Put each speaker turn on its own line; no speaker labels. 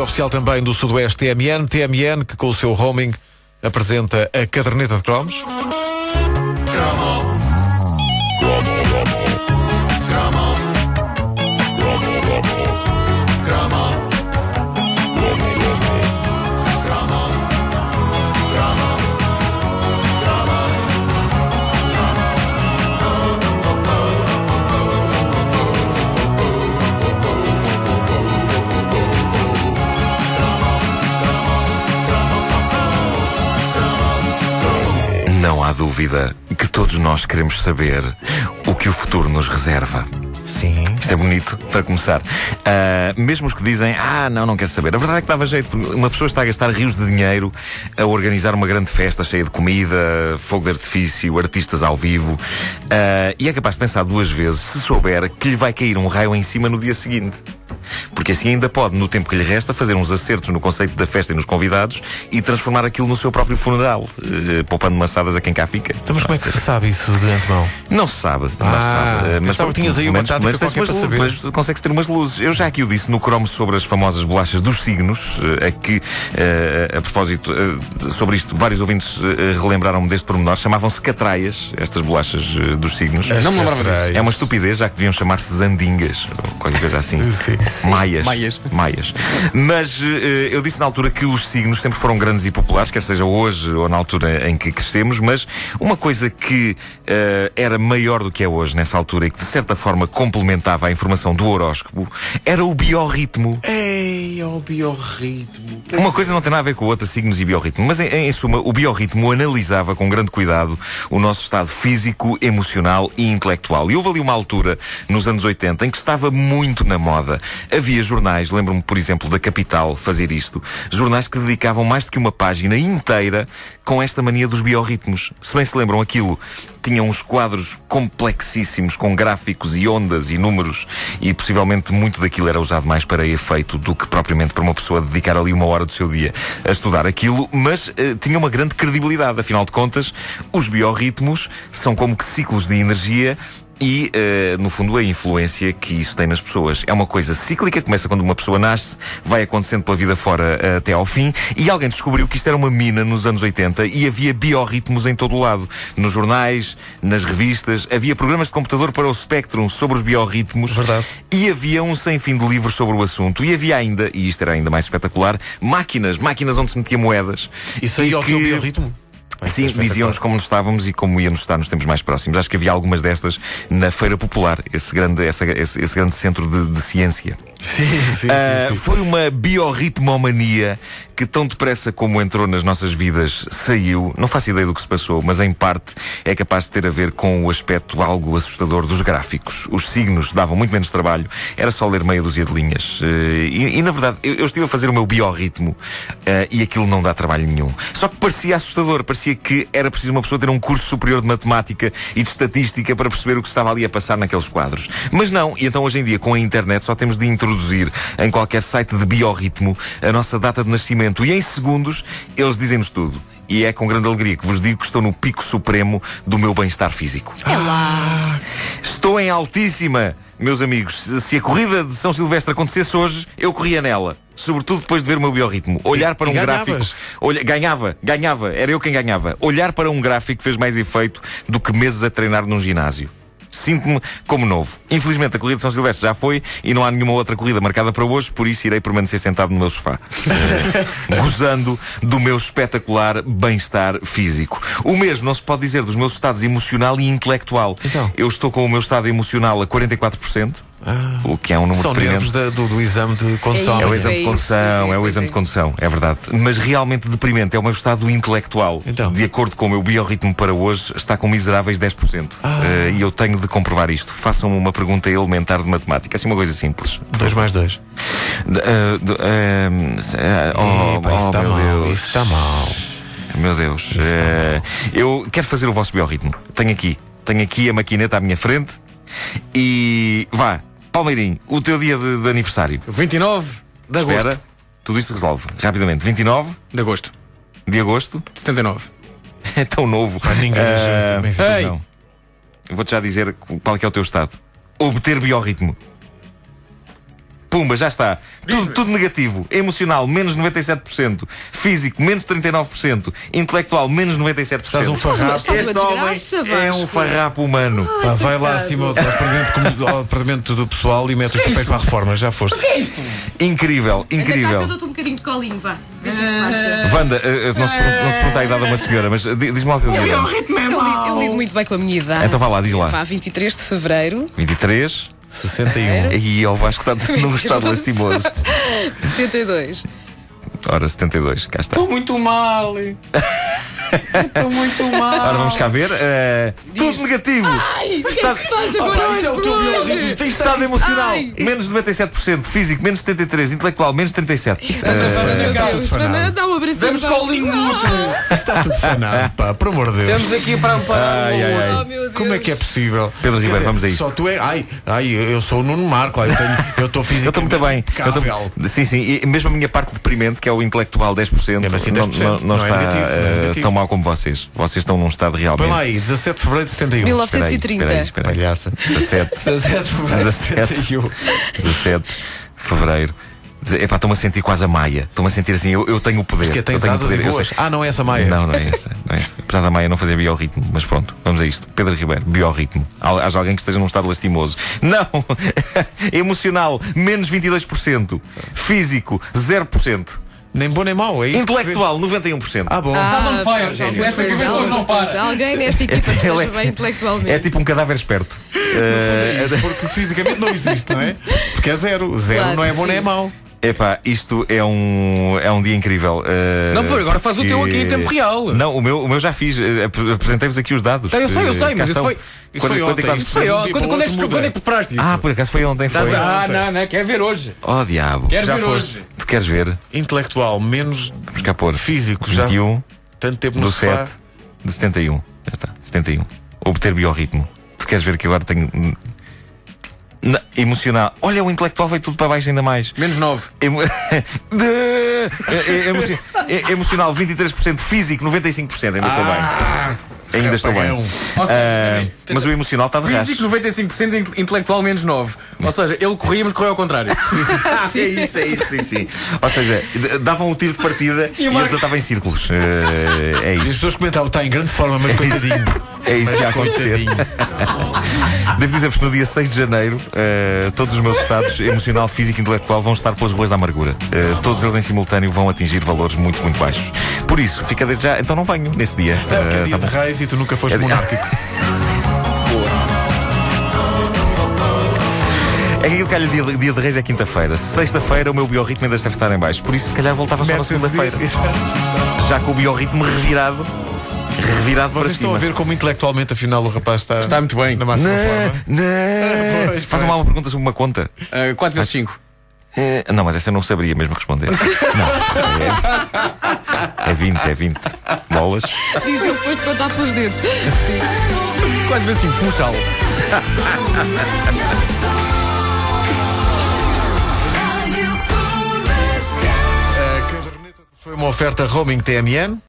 oficial também do Sudoeste TMN, TMN que com o seu roaming apresenta a caderneta de cromos.
Não há dúvida que todos nós queremos saber o que o futuro nos reserva.
Sim.
Isto é bonito para começar. Ah, mesmo os que dizem, ah, não, não quero saber. A verdade é que dava jeito, porque uma pessoa está a gastar rios de dinheiro a organizar uma grande festa cheia de comida, fogo de artifício, artistas ao vivo. Ah, e é capaz de pensar duas vezes se souber que lhe vai cair um raio em cima no dia seguinte. Porque assim ainda pode, no tempo que lhe resta, fazer uns acertos no conceito da festa e nos convidados e transformar aquilo no seu próprio funeral, eh, poupando maçadas a quem cá fica.
Então, mas como é que se sabe isso de antemão?
Não se sabe. Não
Ah,
se sabe. Eh,
pensava que tinhas aí uma
mas-
tática
mas tens
qualquer
umas
para
lu-
saber.
Mas consegues ter umas luzes. Eu já aqui o disse no cromo sobre as famosas bolachas dos signos, eh, a que, eh, a propósito, eh, sobre isto, vários ouvintes eh, relembraram-me deste pormenor. Chamavam-se catraias, estas bolachas eh, dos signos.
Não me lembrava disso.
É uma estupidez, já que deviam chamar-se zandingas, ou qualquer coisa assim.
Sim.
Maias.
Maias.
Maias. Mas eh, eu disse na altura que os signos sempre foram grandes e populares, quer seja hoje ou na altura em que crescemos, mas uma coisa que eh, era maior do que é hoje nessa altura e que de certa forma complementava a informação do horóscopo era o biorritmo.
Ei, ao biorritmo.
Uma coisa não tem nada a ver com a outra, signos e biorritmo, mas em, em suma, o biorritmo analisava com grande cuidado o nosso estado físico, emocional e intelectual. E houve ali uma altura, nos anos 80, em que estava muito na moda. Havia jornais, lembro-me, por exemplo, da Capital fazer isto, jornais que dedicavam mais do que uma página inteira com esta mania dos biorritmos. Se bem se lembram, aquilo tinha uns quadros complexíssimos, com gráficos e ondas e números, e possivelmente muito daquilo era usado mais para é efeito do que propriamente para uma pessoa dedicar ali uma hora do seu dia a estudar aquilo, mas eh, tinha uma grande credibilidade. Afinal de contas, os biorritmos são como que ciclos de energia. E, eh, no fundo, a influência que isso tem nas pessoas. É uma coisa cíclica, começa quando uma pessoa nasce, vai acontecendo pela vida fora eh, até ao fim, e alguém descobriu que isto era uma mina nos anos 80 e havia biorritmos em todo o lado. Nos jornais, nas revistas, havia programas de computador para o Spectrum sobre os biorritmos.
Verdade.
E havia um sem fim de livros sobre o assunto. E havia ainda, e isto era ainda mais espetacular, máquinas, máquinas onde se metia moedas.
Isso aí
E
ao
que-
teu biorritmo? Vai ser
Sim,
é espetacular.
diziam-nos como nos estávamos e como íamos estar nos tempos mais próximos. Acho que havia algumas destas na Feira Popular, esse grande, essa- esse, esse grande centro de- de ciência.
Sim, sim, sim.
Ah,
sim.
Foi uma biorritmomania que tão depressa como entrou nas nossas vidas saiu. Não faço ideia do que se passou, mas em parte é capaz de ter a ver com o aspecto algo assustador dos gráficos. Os signos davam muito menos trabalho, era só ler meia dúzia de linhas. Eh, E, e, na verdade, eu, eu estive a fazer o meu biorritmo eh, e aquilo não dá trabalho nenhum. Só que parecia assustador, parecia que era preciso uma pessoa ter um curso superior de matemática e de estatística para perceber o que estava ali a passar naqueles quadros. Mas não, e então hoje em dia com a internet só temos de introduzir em qualquer site de biorritmo a nossa data de nascimento e em segundos eles dizem-nos tudo. E é com grande alegria que vos digo que estou no pico supremo do meu bem-estar físico.
É
Ah,
lá.
Estou em altíssima, meus amigos. Se- Se a corrida de São Silvestre acontecesse hoje, eu corria nela. Sobretudo depois de ver o meu biorritmo. Olhar para
e
um
ganhavas?
gráfico. Olha, ganhava, ganhava. Era eu quem ganhava. Olhar para um gráfico fez mais efeito do que meses a treinar num ginásio. Sinto-me como novo. Infelizmente, a corrida de São Silvestre já foi e não há nenhuma outra corrida marcada para hoje, por isso irei permanecer sentado no meu sofá, eh, gozando do meu espetacular bem-estar físico. O mesmo não se pode dizer dos meus estados emocional e intelectual.
Então?
Eu estou com o meu estado emocional a 44%, o que é um número
Ah. São
deprimente.
nervos da- do, do exame de condução.
É o
Pois
exame de
é isso, pois
condução,
é,
é o
pois
exame
é.
de condução, é verdade. Mas realmente deprimente, é o meu estado intelectual.
Então?
De acordo com o meu biorritmo para hoje, está com miseráveis 10%. Eh, e eu tenho de comprovar isto. Façam-me uma pergunta elementar de matemática, assim uma coisa simples.
2 mais 2.
D- eh, d- eh, se- eh, oh,
Epá,
oh,
isso está
meu
mal,
Deus.
isso está mal.
Meu Deus. Eh, eu quero fazer o vosso biorritmo. Tenho aqui. Tenho aqui a maquineta à minha frente. E vá, Palmeirinho, o teu dia de, de aniversário.
29 de agosto.
Espera, tudo isto resolve. Rapidamente. 29
De agosto.
de agosto.
de 79.
É tão novo.
ninguém
Eh,
nasceu assim também.
pois
Ei!
não. Eu Vou-te já dizer qual é que é o teu estado. Obter biorritmo. Pumba, já está. Tudo, tudo negativo. Emocional, menos 97%. Físico, menos 39%. Intelectual, menos 97%.
Estás um farrapo.
este
Estás uma
homem
desgraça,
é um
Vasco.
farrapo humano.
Pá, vai lá acima ao departamento, comu- ao departamento do pessoal e mete os papéis para a reforma. Já foste.
Incrível,
tá
Anda cá que
incrível.
eu dou-te um bocadinho de colinho, vá. Vê se isso passa.
Wanda, eh, eh, não se, pergunta- não se pergunta a idade a uma senhora, mas eh, di- diz-me lá o que eu
Eu
digo.
ritmo é
Eu, li- eu lido muito bem com a minha idade.
Então vá lá, diz lá.
Vá, 23 de fevereiro,
23.
61.
E ao Vasco está, não está lastimoso.
72.
Ora, 72, cá está.
Estou muito mal. Estou muito mal.
Ora, vamos cá ver. eh, tudo negativo. Está-
Faz agora
Isso é o teu biológico. Ah, Isto está-
Estado emocional,
Ai.
menos 97%, físico, menos 73%, intelectual, menos 37%.
Meu
Está tudo
Deus, Fernanda,
fanado.
dá um abraço.
Damos colinho
Ah,
mútuo.
Está tudo fanado, pá, por amor de Deus.
Estamos aqui para amparar um
Ai,
ao
ai,
outro.
Oh, meu Deus.
Como é que é possível?
Pedro
Quer
Ribeiro,
dizer,
vamos a isto.
Só tu é. Ai, ai, eu sou o Nuno Marco, lá, eu tenho- eu estou
Eu estou
fisicamente.
muito bem. Eu tô-
impecável.
Sim, sim. E mesmo a minha parte deprimente, que é o intelectual 10%,
Mesmo assim,
não-
10%
não, não
não é
está
negativo, não é
eh,
negativo.
tão mal como vocês. Vocês estão num estado
Põe lá
realmente.
aí, 17 de fevereiro de 71.
1930.
Espera aí, espera aí, espera aí.
Palhaça.
17,
17 de fevereiro de 71.
17, 17 de fevereiro. Deze- Epá, estou-me a sentir quase a Maia. Estou-me a sentir assim, eu, eu tenho o poder.
Porque
eu
tens
tenho o
asas e
poder. Eu
boas.
sei-
Ah, não é essa Maia.
Não, não é essa. Não é essa. Apesar da Maia não fazer biorritmo, mas pronto, vamos a isto. Pedro Ribeiro, biorritmo. Há- Haja alguém que esteja num estado lastimoso. Não! Emocional, menos 22%. Físico, 0%.
Nem bom nem mau, é isso. que se vê.
Intelectual, 91%.
Ah, bom.
Ah,
Estás on fire,
pronto,
gente. Essa
pois,
cabeça
alguém-
não para.
Alguém nesta
então
equipa que esteja bem intelectualmente.
é tipo um cadáver esperto. Eh,
É isso, porque fisicamente não existe, não é? Porque é zero. Zero
Claro,
não é bom nem é
sim.
mau.
Epá, isto é um, é um dia incrível. eh,
Não, por agora faz o teu aqui em tempo real.
Não, o meu, o meu já fiz. eh, ap- Apresentei-vos aqui os dados.
Eu sei, eu
Eh,
sei,
cá
mas isso
estão.
foi-
Isso foi
Quando- quando é que
ontem.
lá-
Isso foi
Foi, ó,
De um dia
quando,
para o
quando é que,
outro
quando é
muda.
que preparaste isso?
Ah, por acaso foi ontem. Foi.
ah,
ontem.
não, não, quer ver hoje.
Oh, diabo.
Quer
Já
ver
foste.
hoje.
Tu queres ver?
Intelectual menos
Vamos cá pôr.
físico. Já
21
tanto tempo no
do
sofá.
7 de 71. Já está, 71. Obter biorritmo. Tu queres ver que agora tenho. hum, na- emocional. Olha, o intelectual veio tudo para baixo ainda mais.
Menos 9.
Emo- De- eh, eh, emoci- eh, Emocional 23%, físico 95%. Ainda estou bem. Ainda estou bem.
rapagão.
Ou seja,
Ah,
peraí,
mas o emocional está de
Físico
rastro.
95%, inte- intelectual menos 9. Ou seja, ele corria, mas correu ao contrário.
Ah, é isso, é isso, sim, sim. Ou seja, d- davam um tiro de partida e,
E o
antes
Marco-
eu estava em círculos. Eh, é
E as
isso.
pessoas comentavam, está em grande forma,
Um
mas coitadinho.
É isso que ia
Mas
acontecer.
coitadinho.
Devo dizer-vos que no dia 6 de janeiro, eh, todos os meus estados emocional, físico e intelectual vão estar pelas ruas da amargura. Eh, todos eles em simultâneo vão atingir valores muito, muito baixos. Por isso, fica desde já. Então não venho nesse dia.
Não, porque
Eh,
é dia
tá
de
bom?
raiz e tu nunca foste
É dia-
monárquico.
É que aquilo calha dia, de- dia de reis é quinta-feira. Sexta-feira o meu biorritmo ainda deve estar em baixo. Por isso, se calhar, voltava só na
Metes esses
é, segunda-feira.
dias.
Já com o biorritmo revirado. Revirado para
Vocês estão
cima.
a ver como intelectualmente, afinal, o rapaz está,
Está muito bem.
na máxima forma. Ah,
Né?
Pois,
Fazem
pois.
lá uma pergunta sobre uma conta.
4 Ah, vezes 5.
Eh, não, mas essa eu não saberia mesmo responder. não. É, é 20, é 20 bolas.
Diz ele depois de contar pelos dedos.
4 vezes um 5, funchal.
A caderneta foi uma oferta roaming TMN.